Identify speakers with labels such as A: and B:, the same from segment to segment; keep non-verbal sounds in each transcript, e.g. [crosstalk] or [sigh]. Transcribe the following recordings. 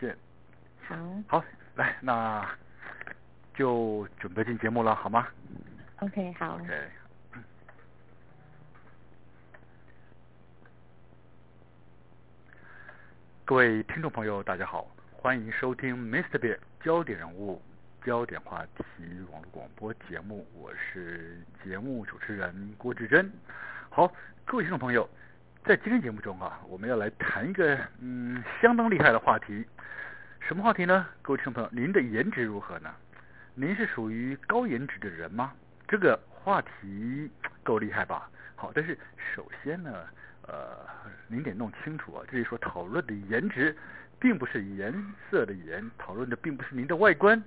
A: 现。
B: 好，
A: 好，来，那就准备进节目了，好吗
B: OK，好
A: ？OK。各位听众朋友，大家好，欢迎收听 Mr. Bear 焦点人物、焦点话题网络广播节目，我是节目主持人郭志珍。好，各位听众朋友，在今天节目中啊，我们要来谈一个嗯相当厉害的话题，什么话题呢？各位听众朋友，您的颜值如何呢？您是属于高颜值的人吗？这个话题够厉害吧？好，但是首先呢，呃，您得弄清楚啊，这里所讨论的颜值，并不是颜色的颜，讨论的并不是您的外观，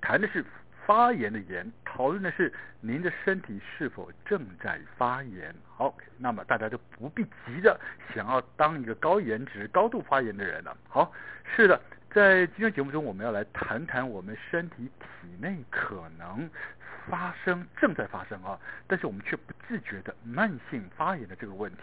A: 谈的是发炎的炎，讨论的是您的身体是否正在发炎。好，那么大家就不必急着想要当一个高颜值、高度发炎的人了。好，是的，在今天节目中，我们要来谈谈我们身体体内可能发生、正在发生啊，但是我们却不自觉的慢性发炎的这个问题。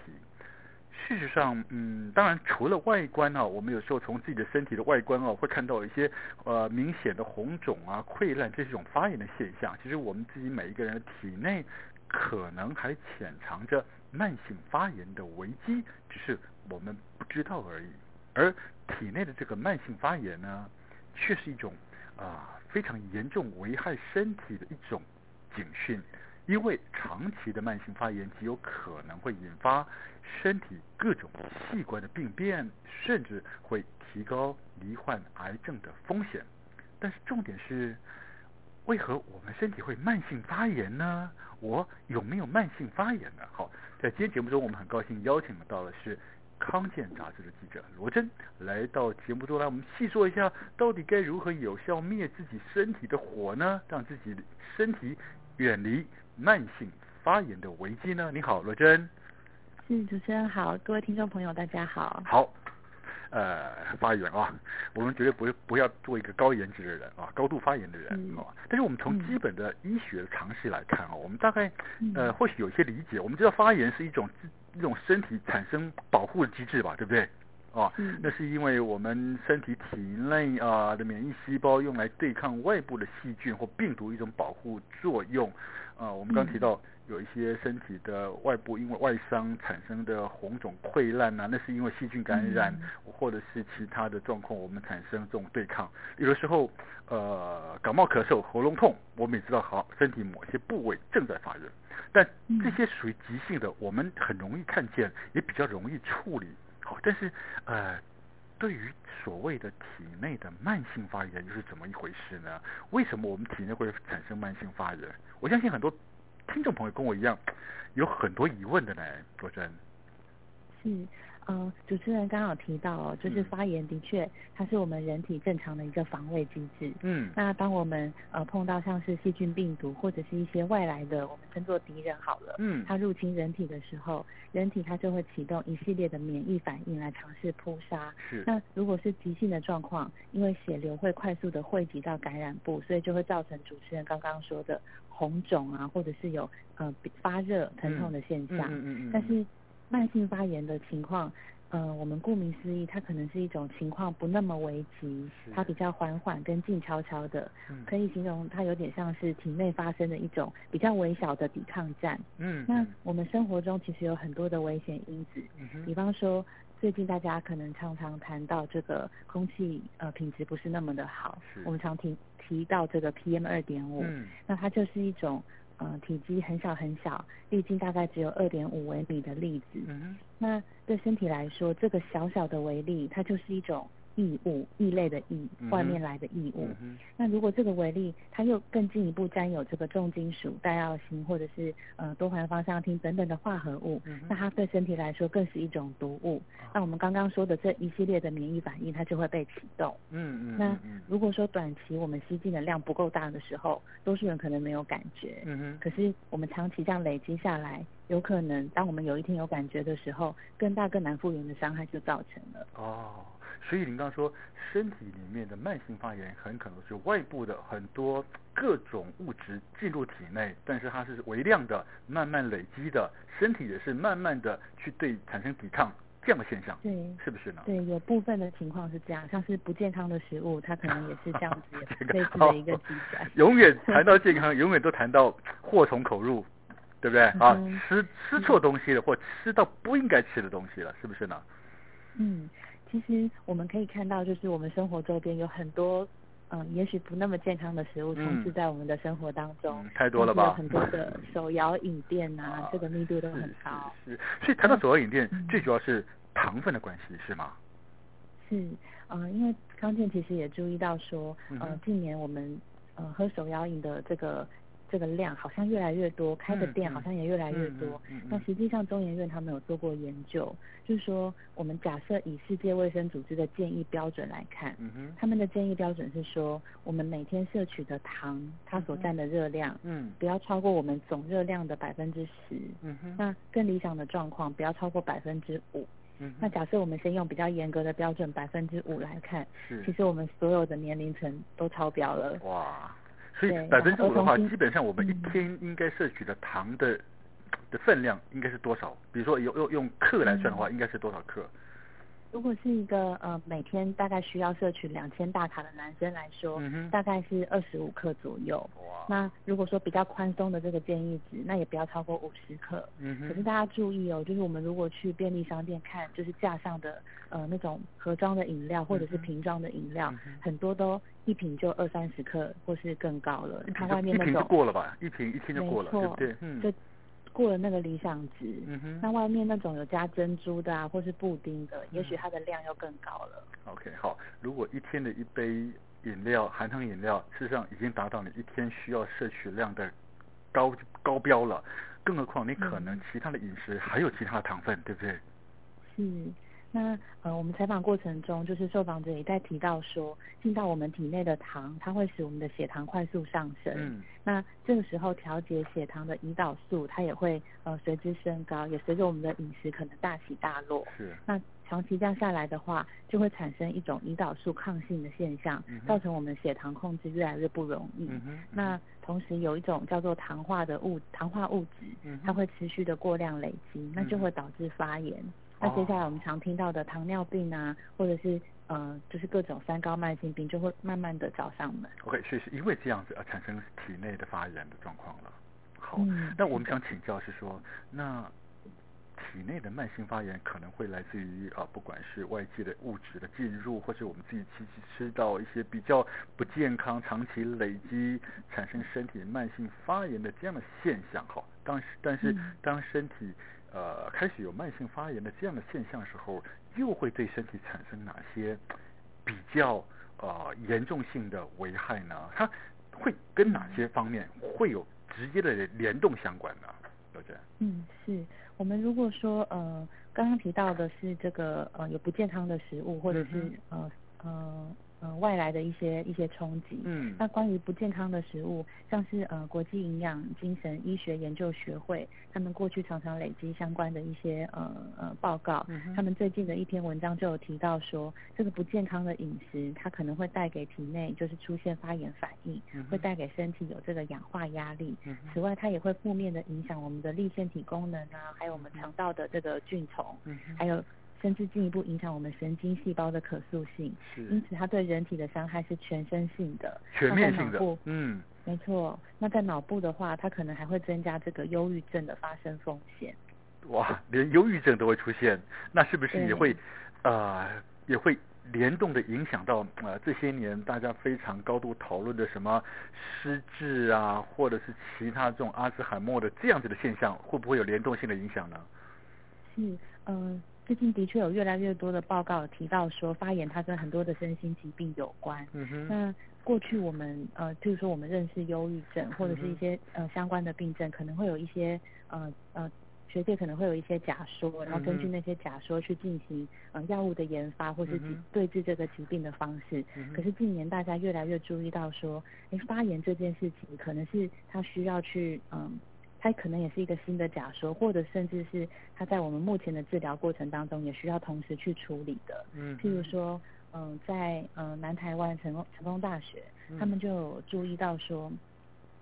A: 事实上，嗯，当然除了外观啊，我们有时候从自己的身体的外观啊，会看到一些呃明显的红肿啊、溃烂这种发炎的现象。其实我们自己每一个人的体内可能还潜藏着慢性发炎的危机，只是我们不知道而已。而体内的这个慢性发炎呢，却是一种啊、非常严重危害身体的一种警讯。因为长期的慢性发炎极有可能会引发身体各种器官的病变，甚至会提高罹患癌症的风险。但是重点是，为何我们身体会慢性发炎呢？我有没有慢性发炎呢？好，在今天节目中，我们很高兴邀请到的是《康健》杂志的记者罗真来到节目中来，我们细说一下到底该如何有效灭自己身体的火呢？让自己身体远离慢性发炎的危机呢？你好，罗真。
B: 是主持人好，各位听众朋友大家好。
A: 好，呃，发炎啊，我们绝对不不要做一个高颜值的人啊，高度发炎的人
B: 嗯
A: 啊。但是我们从
B: 嗯
A: 基本的医学常识来看啊，我们大概
B: 嗯
A: 呃或许有一些理解。我们知道发炎是一种自一种身体产生保护的机制吧，对不对？啊，
B: 嗯
A: 那是因为我们身体体内啊、的免疫细胞用来对抗外部的细菌或病毒一种保护作用。啊，我们刚提
B: 嗯
A: 到有一些身体的外部因为外伤产生的红肿溃烂啊，那是因为细菌感染、
B: 嗯
A: 或者是其他的状况，我们产生这种对抗。有的时候，呃，感冒、咳嗽、喉咙痛，我们也知道，好，身体某些部位正在发炎，但
B: 嗯
A: 这些属于急性的，我们很容易看见，也比较容易处理。好，但是呃，对于所谓的体内的慢性发炎又是怎么一回事呢？为什么我们体内会产生慢性发炎？我相信很多听众朋友跟我一样，有很多疑问的呢，罗真。
B: 是，呃，主持人刚好提到哦，就是
A: 嗯
B: 发炎的确它是我们人体正常的一个防卫机制。
A: 嗯
B: 那当我们呃碰到像是细菌、病毒或者是一些外来的，我们称作敌人好了，
A: 嗯
B: 它入侵人体的时候，人体它就会启动一系列的免疫反应来尝试扑杀。
A: 是
B: 那如果是急性的状况，因为血流会快速的汇集到感染部，所以就会造成主持人刚刚说的红肿啊，或者是有呃发热、疼痛的现
A: 嗯
B: 象。
A: 嗯嗯嗯，
B: 但是慢性发炎的情况，呃，我们顾名思义，它可能是一种情况不那么危急
A: 是，
B: 它比较缓缓跟静悄悄的，
A: 嗯
B: 可以形容它有点像是体内发生的一种比较微小的抵抗战。
A: 嗯
B: 那
A: 嗯
B: 我们生活中其实有很多的危险因子，
A: 嗯
B: 比
A: 哼
B: 方说，最近大家可能常常谈到这个空气呃品质不是那么的好
A: 是，
B: 我们常提提到这个 PM 二点五，
A: 嗯
B: 那它就是一种呃体积很小很小，粒径大概只有二点五微米的粒子。
A: 嗯哼
B: 那对身体来说，这个小小的微粒，它就是一种异物，异类的异
A: 嗯哼，
B: 外面来的异物。
A: 嗯哼
B: 那如果这个微粒它又更进一步沾有这个重金属、带药型或者是呃多环芳香烃等等的化合物，
A: 嗯哼
B: 那它对身体来说更是一种毒物。
A: 啊
B: 那我们刚刚说的这一系列的免疫反应，它就会被启动。
A: 嗯嗯
B: 那
A: 嗯嗯
B: 如果说短期我们吸进的量不够大的时候，多数人可能没有感觉。
A: 嗯哼
B: 可是我们长期这样累积下来，有可能当我们有一天有感觉的时候，更大更难复原的伤害就造成了。
A: 哦，所以您刚说身体里面的慢性发炎很可能是外部的很多各种物质进入体内，但是它是微量的、慢慢累积的，身体也是慢慢的去对产生抵抗。这样的现象，
B: 对
A: 是不是呢？
B: [laughs] 对，有部分的情况是这样，像是不健康的食物，它可能也是这样
A: [laughs] 这
B: 子
A: 个
B: 类似的一个急转。
A: [laughs] 永远谈到健康，永远都谈到祸从口入，对不对啊
B: 嗯？
A: 吃吃错东西了，或吃到不应该吃的东西了，是不是呢？
B: 嗯，其实我们可以看到，就是我们生活周边有很多，嗯、也许不那么健康的食物充斥
A: 嗯
B: 在我们的生活当中，
A: 嗯，太多了
B: 像是有
A: 吧？
B: 很多
A: [laughs]
B: 的手摇饮店啊，
A: 啊
B: 这个密度都
A: 是
B: 很高。
A: 是是，所以谈到左右饮店，
B: 嗯
A: 最主要是糖分的关系，是吗？
B: 是，呃，因为康健其实也注意到说，
A: 嗯
B: 呃
A: 哼，
B: 近年我们呃喝手摇饮的这个这个量好像越来越多，开的
A: 嗯
B: 店
A: 嗯
B: 好像也越来越多。
A: 嗯
B: 那
A: 嗯
B: 实际上，中研院他们有做过研究，就是说，我们假设以世界卫生组织的建议标准来看，
A: 嗯哼，
B: 他们的建议标准是说，我们每天摄取的糖，它所
A: 嗯哼
B: 占的热量
A: 嗯
B: 不要超过我们总热量的百分之十，
A: 嗯哼，
B: 那更理想的状况不要超过百分之五。
A: 嗯哼
B: 那假设我们先用比较严格的标准百分之五来看，其
A: 是
B: 实我们所有的年龄层都超标了。
A: 哇，所以
B: 对
A: 百分之五
B: 然后儿
A: 的
B: 童
A: 话，
B: 心
A: 基本上我们一
B: 嗯
A: 天应该摄取的糖的的分量应该是多少？比如说用用用克来算的话，应该是多少克？
B: 如果是一个呃每天大概需要摄取两千大卡的男生来说，
A: 嗯哼，哦
B: 大概是二十五克左右。
A: 哇，
B: 那如果说比较宽松的这个建议值，那也不要超过五十克。
A: 嗯
B: 可是
A: 哼，
B: 大家注意哦，就是我们如果去便利商店看，就是架上的呃那种盒装的饮料或者是
A: 嗯哼
B: 瓶装的饮料，
A: 嗯哼
B: 很多都一瓶就二三十克或是更高了
A: 一。
B: 它
A: 瓶
B: 外
A: 就
B: 面
A: 一
B: 那
A: 瓶就
B: 种
A: 嗯过了吧，一瓶一天就
B: 没
A: 过了，对不
B: 错
A: 对？嗯，
B: 就过了那个理想值，
A: 嗯
B: 那
A: 哼
B: 外面那种有加珍珠的啊，或是布丁的，也
A: 嗯
B: 许它的量又更高了。
A: ，OK，好，如果一天的一杯饮料含糖饮料，事实上已经达到你一天需要摄取量的高高标了，更何况你可能
B: 嗯
A: 其他的饮食还有其他的糖分，对不对？
B: 是，那呃，我们采访过程中，就是受访者也在提到说，进到我们体内的糖，它会使我们的血糖快速上升。
A: 嗯
B: 那这个时候调节血糖的胰岛素，它也会呃随之升高，也随着我们的饮食可能大起大落。
A: 是，
B: 那长期这样下来的话，就会产生一种胰岛素抗性的现象
A: 嗯，哼
B: 造成我们血糖控制越来越不容易。
A: 嗯哼，
B: 那同时有一种叫做糖化的物糖化物质，
A: 嗯哼
B: 它会持续的过量累积，那就
A: 嗯哦
B: 会导致发炎。那接下来我们常听到的糖尿病啊，或者是呃，就是各种三高慢性病，就会慢慢的找上门。
A: OK，所以是因为这样子而产生体内的发炎的状况了。好，
B: 嗯
A: 那我们想请教是说，那体内的慢性发炎可能会来自于啊、不管是外界的物质的进入，或者我们自己吃吃到一些比较不健康、长期累积产生身体慢性发炎的这样的现象。好，当时但是
B: 嗯
A: 当身体呃开始有慢性发炎的这样的现象的时候，又会对身体产生哪些比较呃严重性的危害呢？它会跟哪些方面会有直接的联动相关呢？刘姐，
B: 嗯，是我们如果说呃，刚刚提到的是这个呃有不健康的食物，
A: 嗯
B: 或者是、呃呃呃外来的一些一些冲击，
A: 嗯
B: 那关于不健康的食物，像是呃国际营养精神医学研究学会，他们过去常常累积相关的一些呃呃报告，
A: 嗯哼
B: 他们最近的一篇文章就有提到说，这个不健康的饮食，它可能会带给体内就是出现发炎反应，
A: 嗯
B: 会
A: 哼
B: 带给身体有这个氧化压力。
A: 嗯
B: 此
A: 哼
B: 外，它也会负面的影响我们的立腺体功能啊，还有我们肠道的这个菌虫，
A: 嗯哼
B: 还有甚至进一步影响我们神经细胞的可塑性。因
A: 是
B: 此，它对人体的伤害是全身性的，
A: 全面性
B: 那
A: 的
B: 在脑部，
A: 嗯
B: 没错。那在脑部的话，它可能还会增加这个忧郁症的发生风险。
A: 哇，连忧郁症都会出现，那是不是也
B: 对
A: 会呃也会联动的影响到呃这些年大家非常高度讨论的什么失智啊，或者是其他这种阿兹海默的这样子的现象，会不会有联动性的影响呢？
B: 是，呃，最近的确有越来越多的报告有提到说，发炎它跟很多的身心疾病有关。
A: 嗯哼，
B: 那过去我们呃，譬如说我们认识忧郁
A: 嗯
B: 症或者是一些呃相关的病症，可能会有一些呃呃学界可能会有一些假说，然后根据
A: 嗯哼
B: 那些假说去进行呃药物的研发或是
A: 嗯哼
B: 对治这个疾病的方式。
A: 嗯哼
B: 可是近年大家越来越注意到说，哎，发炎这件事情可能是它需要去嗯。它可能也是一个新的假说，或者甚至是它在我们目前的治疗过程当中也需要同时去处理的。
A: 嗯
B: 譬如
A: 哼
B: 说，嗯、在呃南台湾成功成功大学，他
A: 嗯
B: 们就有注意到说，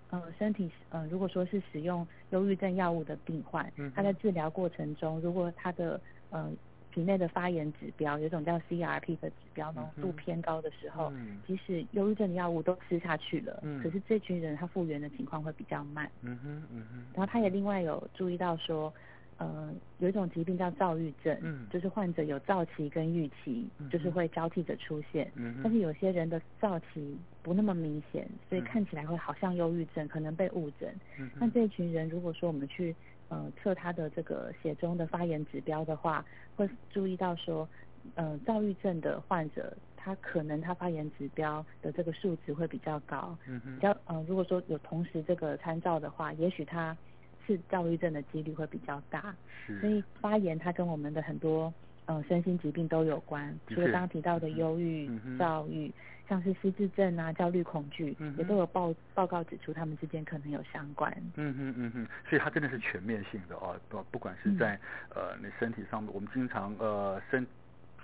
B: 呃，身体呃如果说是使用忧郁症药物的病患
A: 嗯，
B: 他在
A: 哼
B: 治疗过程中，如果他的呃体内的发炎指标，有一种叫 CRP 的指标浓度
A: 嗯哼
B: 偏高的时候，
A: 嗯
B: 即使忧郁症的药物都吃下去了，
A: 嗯
B: 可是这群人他复原的情况会比较慢。
A: 嗯哼嗯哼，
B: 然后他也另外有注意到说，呃，有一种疾病叫躁郁症，
A: 嗯
B: 就是患者有躁期跟郁期
A: 嗯，
B: 就是
A: 嗯
B: 会交替着出现。
A: 嗯哼，
B: 但是有些人的躁期不那么明显，所以
A: 嗯
B: 看起来会好像忧郁症，可能被误诊。
A: 嗯
B: 那
A: 哼
B: 这一群人，如果说我们去呃测他的这个血中的发炎指标的话，会注意到说，呃，躁郁症的患者，他可能他发炎指标的这个数值会比较高，
A: 嗯
B: 比
A: 哼
B: 较呃，如果说有同时这个参照的话，也许他是躁郁症的几率会比较大。
A: 是，
B: 所以发炎它跟我们的很多呃身心疾病都有关，
A: 的
B: 除了
A: 确
B: 刚刚提到的
A: 嗯哼
B: 忧郁
A: 嗯哼、
B: 躁郁，像是失智症啊、焦虑、恐惧
A: 嗯，
B: 也
A: 哼
B: 都有报报告指出他们之间可能有相关。
A: 嗯哼嗯哼，所以它真的是全面性的哦，不不管是
B: 嗯
A: 在、呃你身体上面，我们经常呃身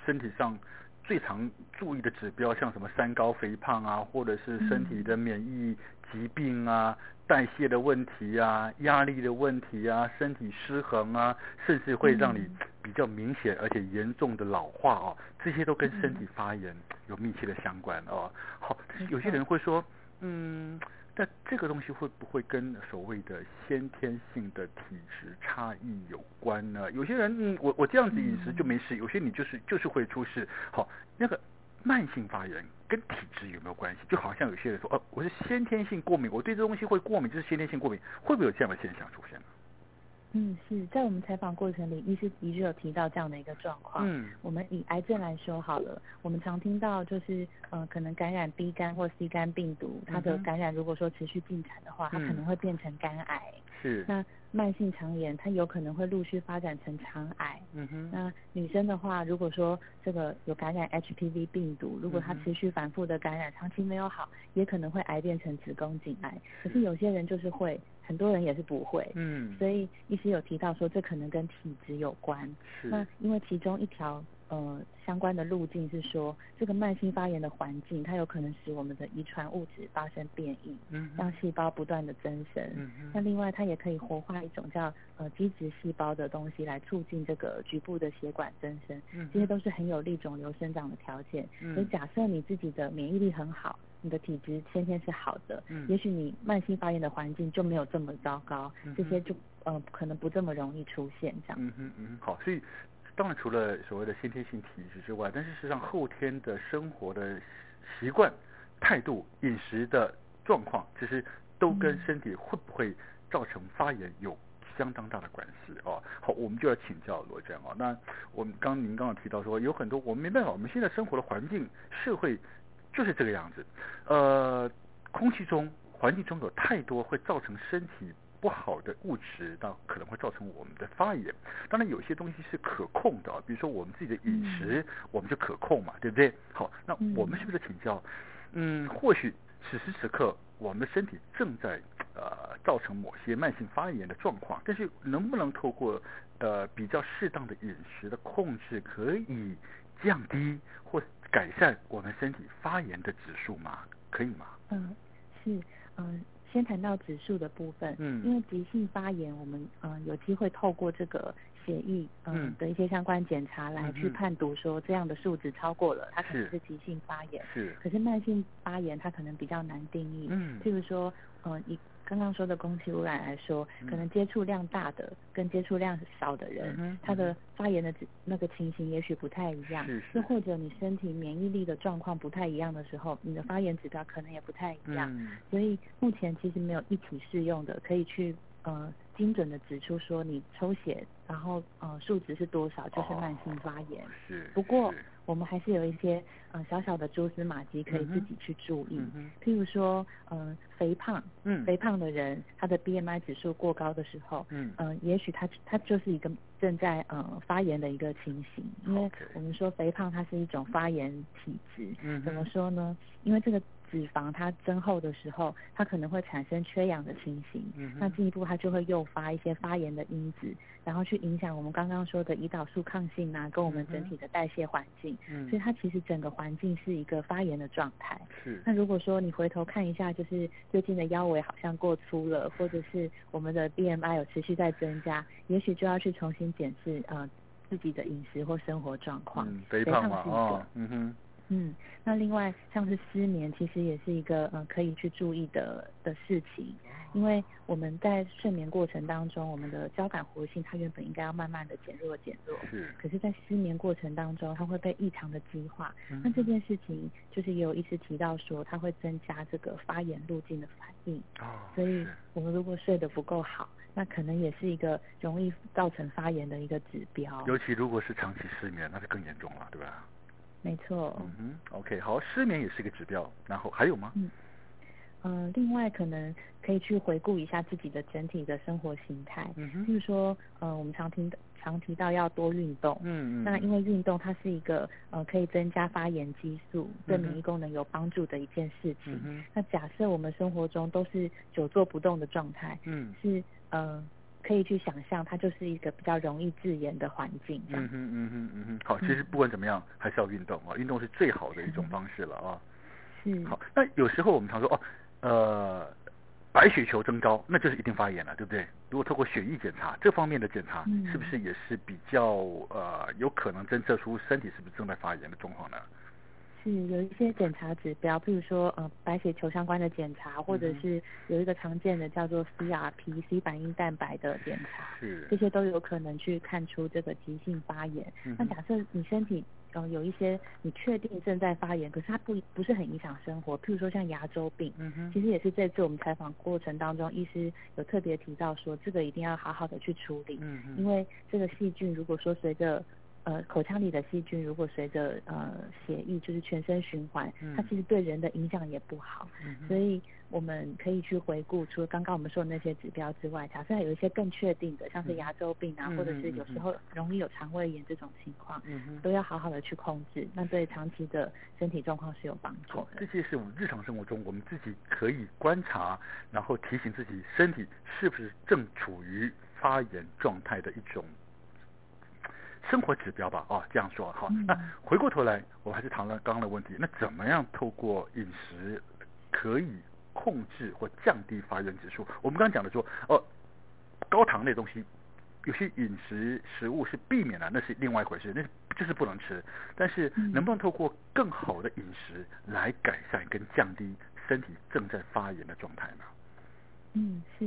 A: 身体上最常注意的指标，像什么三高、肥胖啊，或者是身体
B: 嗯
A: 的免疫疾病啊、代谢的问题啊、压力的问题啊、身体失衡啊，甚至会让你
B: 嗯
A: 比较明显而且严重的老化哦，这些都跟身
B: 嗯
A: 体发炎有密切的相关哦。好，
B: 没
A: 有些
B: 错
A: 人会说，嗯，那这个东西会不会跟所谓的先天性的体质差异有关呢？有些人，嗯，我我这样子饮食就没事，
B: 嗯
A: 有些你就是就是会出事。好，那个慢性发炎跟体质有没有关系？就好像有些人说，哦、我是先天性过敏，我对这东西会过敏，就是先天性过敏，会不会有这样的现象出现呢？
B: 嗯，是在我们采访过程里，医师的确有提到这样的一个状况。
A: 嗯
B: 我们以癌症来说好了，我们常听到就是，呃，可能感染 B 肝或 C 肝病毒，它的
A: 嗯哼
B: 感染如果说持续进展的话，它可
A: 嗯
B: 能会变成肝癌。
A: 是，
B: 那慢性肠炎，它有可能会陆续发展成肠癌。
A: 嗯哼，
B: 那女生的话，如果说这个有感染 HPV 病毒，如果她
A: 嗯哼
B: 持续反复的感染，长期没有好，也可能会癌变成子宫颈癌。可是
A: 是
B: 有些人就是会，很多人也是不会。
A: 嗯，
B: 所以医师有提到说，这可能跟体质有关。
A: 是，
B: 那因为其中一条呃相关的路径是说，这个慢性发炎的环境，它有可能使我们的遗传物质发生变异，
A: 嗯
B: 让
A: 哼，
B: 细胞不断的增生。
A: 嗯
B: 那
A: 哼，
B: 另外，它也可以活化一种叫呃基质细胞的东西，来促进这个局部的血管增生。
A: 嗯
B: 这些
A: 哼
B: 都是很有利肿瘤生长的条件。所以，
A: 嗯
B: 假设你自己的免疫力很好，你的体质先天是好的，
A: 嗯
B: 也许你慢性发炎的环境就没有这么糟糕，这些
A: 嗯哼
B: 就呃可能不这么容易出现这样。
A: 嗯哼嗯哼，好，所以当然除了所谓的先天性体质之外，但是事实上后天的生活的习惯、态度、饮食的状况，其实都跟
B: 嗯
A: 身体会不会造成发炎有相当大的关系哦。好，我们就要请教罗振哦。那我们刚您刚刚提到说，有很多我们没办法，我们现在生活的环境、社会就是这个样子。呃，空气中、环境中有太多会造成身体不好的物质，那可能会造成我们的发炎。当然，有些东西是可控的啊，比如说我们自己的饮食，我们就可控嘛，对不对？好，那
B: 嗯
A: 我们是不是请教？嗯，或许此时此刻我们的身体正在呃造成某些慢性发炎的状况，但是能不能透过呃比较适当的饮食的控制，可以降低或改善我们身体发炎的指数吗？可以吗？
B: 嗯，是，嗯、先谈到指数的部分，
A: 嗯
B: 因为急性发炎，我们嗯、呃有机会透过这个血液、
A: 嗯
B: 嗯的一些相关检查来去
A: 嗯哼
B: 判读说这样的数值超过了，它可能
A: 是
B: 是急性发炎。
A: 是，
B: 可是慢性发炎它可能比较难定义，
A: 嗯
B: 譬如说，嗯，以刚刚说的空气污染来说，可能
A: 嗯
B: 接触量大的跟接触量少的人，
A: 嗯哼
B: 他
A: 嗯
B: 的发炎的指那个情形也许不太一样
A: 是。
B: 又
A: 是
B: 或者你身体免疫力的状况不太一样的时候，你的发炎指标可能也不太一样。
A: 嗯
B: 所以目前其实没有一体适用的，可以去呃精准的指出说你抽血，然后呃数值是多
A: 哦
B: 少，就是慢性发炎。
A: 是。
B: 不过
A: 是
B: 我们还是有一些呃小小的蛛丝马迹可以自
A: 嗯哼
B: 己去注意。
A: 嗯哼
B: 譬如说，嗯、肥胖，
A: 嗯
B: 肥胖的人，他的 BMI 指数过高的时候，
A: 嗯
B: 嗯、也许他他就是一个正在呃发炎的一个情形，因为
A: OK
B: 我们说肥胖它是一种发炎体质，
A: 嗯
B: 怎么
A: 哼
B: 说呢？因为这个脂肪它增厚的时候，它可能会产生缺氧的情形，
A: 嗯
B: 那
A: 哼
B: 进一步它就会诱发一些发炎的因子，然后去影响我们刚刚说的胰岛素抗性啊，跟我们
A: 嗯
B: 整
A: 哼
B: 体的代谢环境，
A: 嗯
B: 所以它其实整个环境是一个发炎的状态。
A: 是
B: 那如果说你回头看一下，就是最近的腰围好像过粗了，或者是我们的 BMI 有持续在增加，也许就要去重新检视呃自己的饮食或生活状况，
A: 嗯，肥胖
B: 胖
A: 嘛，
B: 是一
A: 哦
B: 个，
A: 嗯哼，
B: 嗯，那另外像是失眠，其实也是一个呃可以去注意的的事情，因为我们在睡眠过程当中，我们的交感活性它原本应该要慢慢的减弱减弱，
A: 是，
B: 可是，在失眠过程当中，它会被异常的激化。
A: 嗯
B: 那这件事情就是也有医师提到说，它会增加这个发炎路径的反应，
A: 哦，
B: 所以
A: 是
B: 我们如果睡得不够好，那可能也是一个容易造成发炎的一个指标。
A: 尤其如果是长期失眠，那就更严重了，对吧？
B: 没错。
A: 嗯哼，OK，好，失眠也是一个指标，然后还有吗？
B: 嗯、另外可能可以去回顾一下自己的整体的生活形态，
A: 嗯
B: 譬
A: 哼，
B: 如说，呃，我们常听常提到要多运动。
A: 嗯嗯，
B: 那因
A: 为
B: 为运动它是一个呃可以增加发炎激素、
A: 嗯
B: 对
A: 哼
B: 免疫功能有帮助的一件事情。
A: 嗯哼，
B: 那假设我们生活中都是久坐不动的状态，
A: 嗯
B: 是呃可以去想象它就是一个比较容易致炎的环境这样。
A: 嗯哼嗯哼嗯哼，好，其实不管怎么样，还是要运动啊，运动是最好的一
B: 嗯
A: 种方式了啊。
B: 是，
A: 好，那有时候我们常说哦，呃，白血球增高，那就是一定发炎了，对不对？如果透过血液检查这方面的检查，
B: 嗯
A: 是不是也是比较呃有可能侦测出身体是不是正在发炎的状况呢？
B: 是有一些检查指标，譬如说呃白血球相关的检查，或者
A: 嗯哼
B: 是有一个常见的叫做 CRP C 反应蛋白的检查，
A: 是
B: 这，些都有可能去看出这个急性发炎。
A: 嗯
B: 那
A: 哼
B: 假设你身体呃有一些你确定正在发炎，可是它不不是很影响生活，譬如说像牙周病，
A: 嗯
B: 其
A: 哼，
B: 实也是这次我们采访过程当中，医师有特别提到说，这个一定要好好的去处理，
A: 嗯哼，
B: 因为这个细菌如果说随着呃口腔里的细菌如果随着呃血液就是全身循环，它
A: 嗯
B: 其实对人的影响也不好。
A: 嗯哼
B: 所以我们可以去回顾，除了刚刚我们说的那些指标之外，假设有一些更确定的，像是
A: 嗯
B: 牙周病啊，
A: 嗯
B: 或者
A: 嗯
B: 是
A: 嗯
B: 有时
A: 嗯
B: 候容易有肠胃炎这种情况，
A: 嗯哼。
B: 都要好好的去控制，那对长期的身体状况是有帮助
A: 好，这
B: 的。
A: 些是我们日常生活中我们自己可以观察，然后提醒自己身体是不是正处于发炎状态的一种生活指标吧？啊，这样说好。
B: 嗯
A: 那回过头来，我还是谈论刚刚的问题，那怎么样透过饮食可以控制或降低发炎指数？我们刚刚讲的说，哦，高糖类东西。有些饮食食物是避免的，那是另外一回事，那是就是不能吃。但是
B: 嗯
A: 能不能透过更好的饮食来改善跟降低身体正在发炎的状态呢？
B: 嗯，是，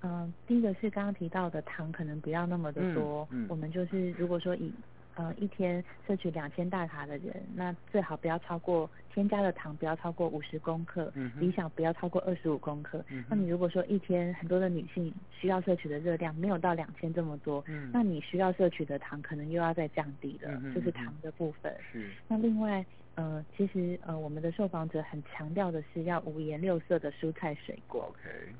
B: 嗯、第一个是刚刚提到的糖可能不要那么的
A: 嗯
B: 多，
A: 嗯
B: 我们就是如果说以呃一天摄取两千大卡的人，那最好不要超过添加的糖不要超过五十公克，
A: 嗯哼
B: 理想不要超过二十五公克。
A: 嗯
B: 那
A: 哼
B: 你如果说一天很多的女性需要摄取的热量没有到两千这么多，
A: 嗯
B: 那你需要摄取的糖可能又要再降低了，
A: 嗯哼
B: 这是
A: 嗯哼
B: 糖的部分。
A: 是
B: 那另外，呃，其实呃我们的受访者很强调的是要五颜六色的蔬菜水果。
A: OK，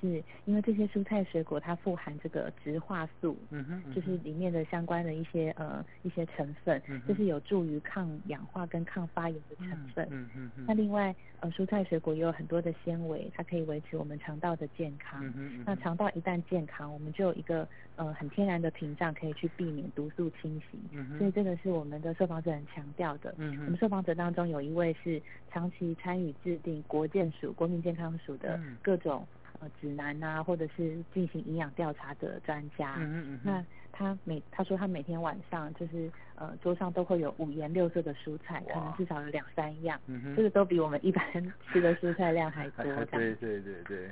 B: 是因为这些蔬菜水果它富含这个植化素，
A: 嗯哼，
B: 就是里面的相关的一些呃一些成分，
A: 嗯
B: 就
A: 哼
B: 是有助于抗氧化跟抗发炎的成分。
A: 嗯嗯嗯
B: 那
A: 嗯
B: 另外，呃，蔬菜水果也有很多的纤维，它可以维持我们肠道的健康。
A: 嗯哼，
B: 那肠道一旦健康，我们就有一个呃很天然的屏障，可以去避免毒素侵袭。
A: 嗯哼，
B: 所以这个是我们的受访者很强调的。
A: 嗯
B: 我
A: 哼
B: 们受访者当中有一位是长期参与制定国健署、国民健康署的
A: 嗯
B: 各种呃指南啊，或者是进行营养调查的专家。
A: 嗯哼嗯
B: 那
A: 哼，
B: 他每他说他每天晚上就是呃桌上都会有五颜六色的蔬菜，可能
A: 哇
B: 至少有两三样，
A: 嗯哼，
B: 这个都比我们一般 [laughs] 吃的蔬菜量还多。
A: 还
B: 这
A: 还
B: 样
A: 对对对对，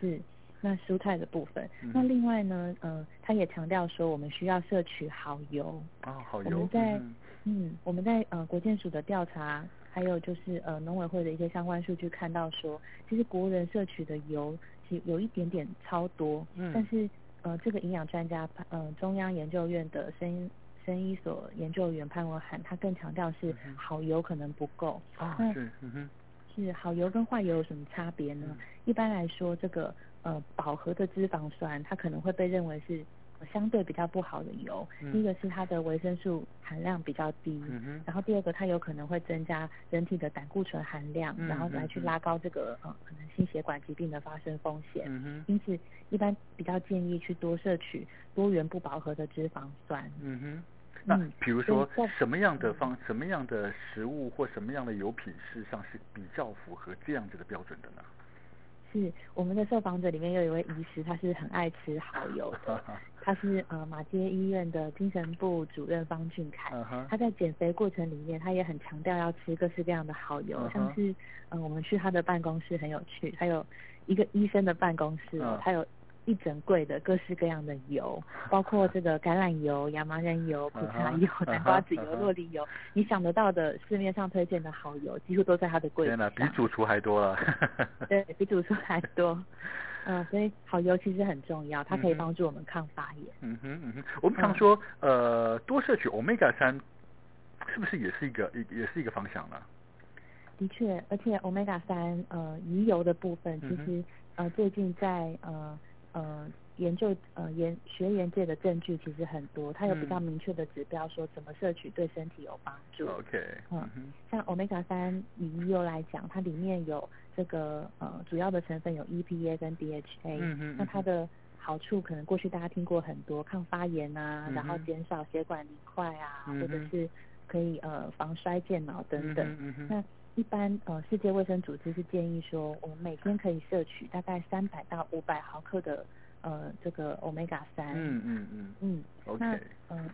B: 是，那蔬菜的部分。
A: 嗯
B: 那
A: 哼
B: 另外呢，呃，他也强调说我们需要摄取好油。
A: 哦，好
B: 我
A: 油
B: 们，在
A: 嗯
B: 嗯，我们在呃国健署的调查，还有就是呃农委会的一些相关数据看到说，其实国人摄取的油其实有一点点超多，
A: 嗯
B: 但是呃这个营养专家潘呃中央研究院的生生医所研究员潘文涵，他更强调是
A: 嗯哼
B: 好油可能不够，
A: 哦
B: 那
A: 是，嗯哼，
B: 是好油跟坏油有什么差别呢？
A: 嗯
B: 一般来说，这个呃饱和的脂肪酸，它可能会被认为是呃相对比较不好的油。
A: 嗯
B: 第一个是它的维生素含量比较低，
A: 嗯哼，
B: 然后第二个它有可能会增加人体的胆固醇含量，
A: 嗯
B: 然后来去
A: 嗯嗯
B: 拉高这个呃可能心血管疾病的发生风险。
A: 嗯哼，
B: 因此，一般比较建议去多摄取多元不饱和的脂肪酸。
A: 嗯哼。那
B: 嗯
A: 比如
B: 所以
A: 说
B: 在嗯
A: 什么样的方、什么样的食物或什么样的油品，事实上是比较符合这样子的标准的呢？
B: 是我们的受访者里面有一位医师，他是很爱吃蚝油
A: [laughs]
B: 的，他是呃马街医院的精神部主任方俊凯。
A: 嗯哼，
B: 他在减肥过程里面，他也很强调要吃各式各样的好油
A: 嗯哼
B: 像是嗯、呃我们去他的办公室很有趣，他有一个医生的办公室、哦
A: 嗯，
B: 他有一整柜的各式各样的
A: [laughs]
B: 油，包括这个橄榄油、亚麻仁油、苦茶
A: 嗯哼
B: 油、
A: 嗯哼
B: 南瓜籽油、
A: 嗯哼
B: 洛梨油，你想得到的市面上推荐的好油，几乎都在他的柜子
A: 天哪，
B: 上。
A: 比主厨还多啊了。
B: [laughs] 对比主厨还多， [laughs] 嗯、所以好油其实很重要，它可以
A: 嗯哼
B: 帮助我们抗发炎。
A: [laughs] 嗯哼嗯哼，我们常
B: 嗯
A: 说，呃，多摄取 omega 三，是不是也是一个也也是一个方向呢？
B: 的确，而且 omega 三呃鱼油的部分，其
A: 嗯哼
B: 实、呃最近在呃呃研究呃研学研界的证据其实很多，它有比较
A: 嗯
B: 明确的指标说怎么摄取对身体有帮助。
A: OK，嗯
B: 嗯
A: 哼，
B: 像 omega 三以鱼油来讲，它里面有这个呃主要的成分有 EPA 跟 DHA，、
A: 嗯哼，
B: 那
A: 嗯
B: 它
A: 哼
B: 的好处可能过去大家听过很多，抗发炎啊，然后
A: 嗯哼
B: 减少血管凝块啊，
A: 嗯哼
B: 或者是可以呃防衰健脑等等。，
A: 嗯哼嗯哼
B: 那一般呃，世界卫生组织是建议说，我们每天可以摄取大概三百到五百毫克的呃这个 omega 三。
A: 嗯嗯嗯
B: 嗯那
A: ，OK，
B: 嗯、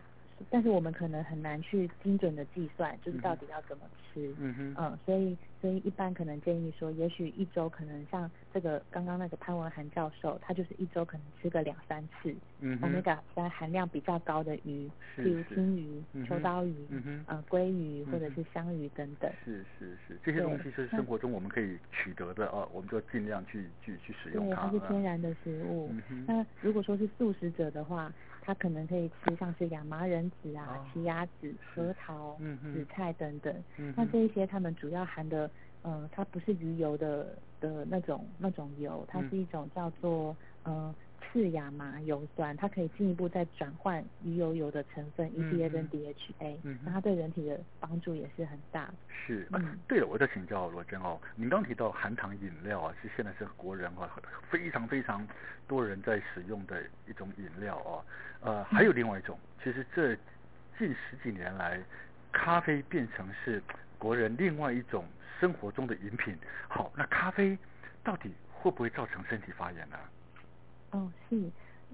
B: 但是我们可能很难去精准的计算，就是
A: 嗯哼
B: 到底要怎么吃。
A: 嗯哼，
B: 嗯，所以所以一般可能建议说，也许一周可能像这个刚刚那个潘文涵教授，他就是一周可能吃个两三次、
A: 嗯
B: o m e
A: 哼，
B: g a 三含量比较高的鱼，
A: 是
B: 例如
A: 是
B: 青鱼、
A: 嗯
B: 秋
A: 哼
B: 刀鱼、
A: 嗯哼。
B: 呃鲑鱼或者
A: 嗯哼
B: 是香鱼等等。
A: 是是是，这些东
B: 对
A: 西就是
B: 那
A: 生活中我们可以取得的哦，我们就尽量去去去使用
B: 对，
A: 它
B: 它是天
A: 了。
B: 然的食物。
A: 嗯哼，
B: 那如果说是素食者的话，他可能可以吃像是亚麻仁籽
A: 哦
B: 啊、奇亚籽、
A: 是
B: 核桃、
A: 嗯
B: 紫
A: 哼，
B: 菜等等。
A: 嗯
B: 那
A: 哼，
B: 这一些它们主要含的，嗯、它不是鱼油的的那种那种油，它
A: 嗯
B: 是一种叫做嗯次亚麻油酸，它可以进一步再转换鱼油油的成分
A: 嗯
B: EPA 跟
A: 嗯
B: DHA，、
A: 嗯
B: 那
A: 哼，
B: 它对人体的帮助也是很大的。
A: 是。啊
B: 嗯，
A: 对了，我再请教罗娟哦，您刚提到含糖饮料啊，是现在是国人啊非常非常多人在使用的一种饮料哦。呃，还
B: 嗯
A: 有另外一种，其实这近十几年来，咖啡变成是国人另外一种生活中的饮品。好，那咖啡到底会不会造成身体发炎呢、
B: 哦，是，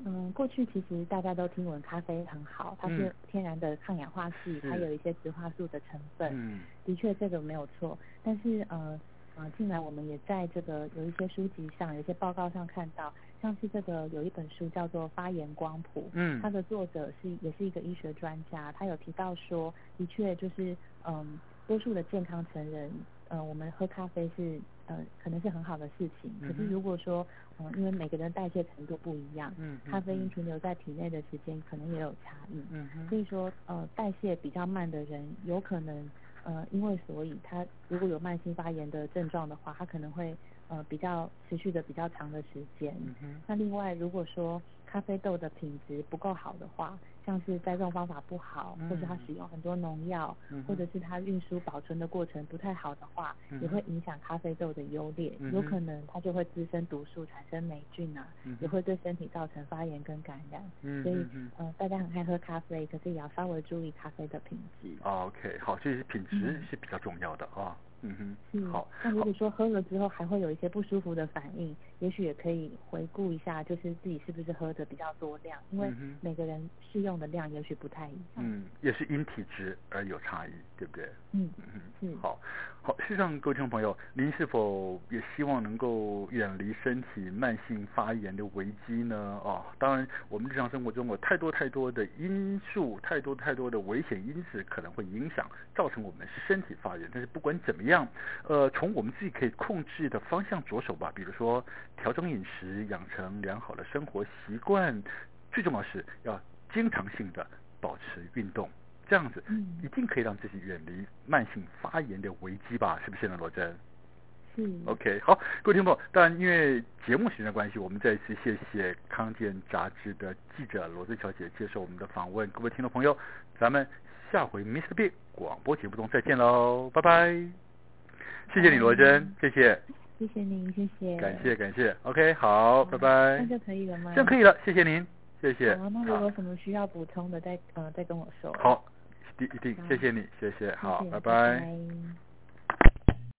B: 嗯，过去其实大家都听闻咖啡很好，它
A: 嗯
B: 是天然的抗氧化剂，它
A: 是
B: 有一些植化素的成分，
A: 嗯
B: 的确这个没有错。但是呃呃，近来我们也在这个有一些书籍上、有一些报告上看到，像是这个有一本书叫做《发炎光谱》，
A: 嗯
B: 它的作者是也是一个医学专家，他有提到说，的确就是嗯，多数的健康成人，呃，我们喝咖啡是呃可能是很好的事情，可
A: 嗯
B: 是
A: 哼
B: 如果说嗯、呃因为每个人代谢程度不一样，
A: 嗯
B: 咖啡因
A: 嗯
B: 停留在体内的时间可能也有差异，
A: 嗯
B: 所
A: 哼
B: 以说呃代谢比较慢的人有可能。呃，因为所以他如果有慢性发炎的症状的话，他可能会呃比较持续的比较长的时间。
A: 嗯哼
B: 那另外，如果说咖啡豆的品质不够好的话，像是栽种方法不好，或是它
A: 嗯
B: 使用很多农药，
A: 嗯
B: 或
A: 哼
B: 者是它运输保存的过程不太好的话，也
A: 嗯
B: 会
A: 哼
B: 影响咖啡豆的优劣，
A: 嗯
B: 有
A: 哼
B: 可能它就会滋生毒素，产生霉菌啊，
A: 嗯
B: 也
A: 哼
B: 会对身体造成发炎跟感染。
A: 嗯
B: 所以
A: 哼哼
B: 呃，大家很爱喝咖啡，可是也要稍微注意咖啡的品质。
A: OK，好，这是品质
B: 嗯
A: 是比较重要的啊。嗯哼，
B: 嗯，
A: 好，
B: 那如
A: 好
B: 果说喝了之后还会有一些不舒服的反应，也许也可以回顾一下，就是自己是不是喝的比较多量，因为
A: 嗯哼，
B: 每个人适用的量也许不太一样。
A: 嗯，也是因体质而有差异，对不对？
B: 嗯
A: 嗯
B: 是
A: 哼，好，好，事实上，各位听众朋友，您是否也希望能够远离身体慢性发炎的危机呢？哦，当然，我们日常生活中有太多太多的因素，太多太多的危险因子可能会影响，造成我们身体发炎。但是不管怎么样，呃，从我们自己可以控制的方向着手吧，比如说调整饮食，养成良好的生活习惯，最重要是要经常性的保持运动，这样子
B: 嗯
A: 一定可以让自己远离慢性发炎的危机吧？是不是呢，罗真
B: 是，
A: ？OK，好，各位听众，当然因为节目时间的关系，我们再一次谢谢《康健》杂志的记者罗真小姐接受我们的访问。各位听众朋友，咱们下回 Mr. Big 广播节目中再见喽，拜拜！谢谢你，罗真，谢谢，
B: 谢谢您，谢嗯谢，
A: 感谢感谢。OK，好，拜
B: 这
A: 拜
B: 样，就可以了吗？
A: 这样可以了，谢谢您，谢谢。
B: 好，那如
A: 好
B: 果有什么需要补充的再，呃再跟我说。
A: 好，一定一定，谢谢你，谢谢，好，
B: 谢谢
A: 拜
B: 拜。拜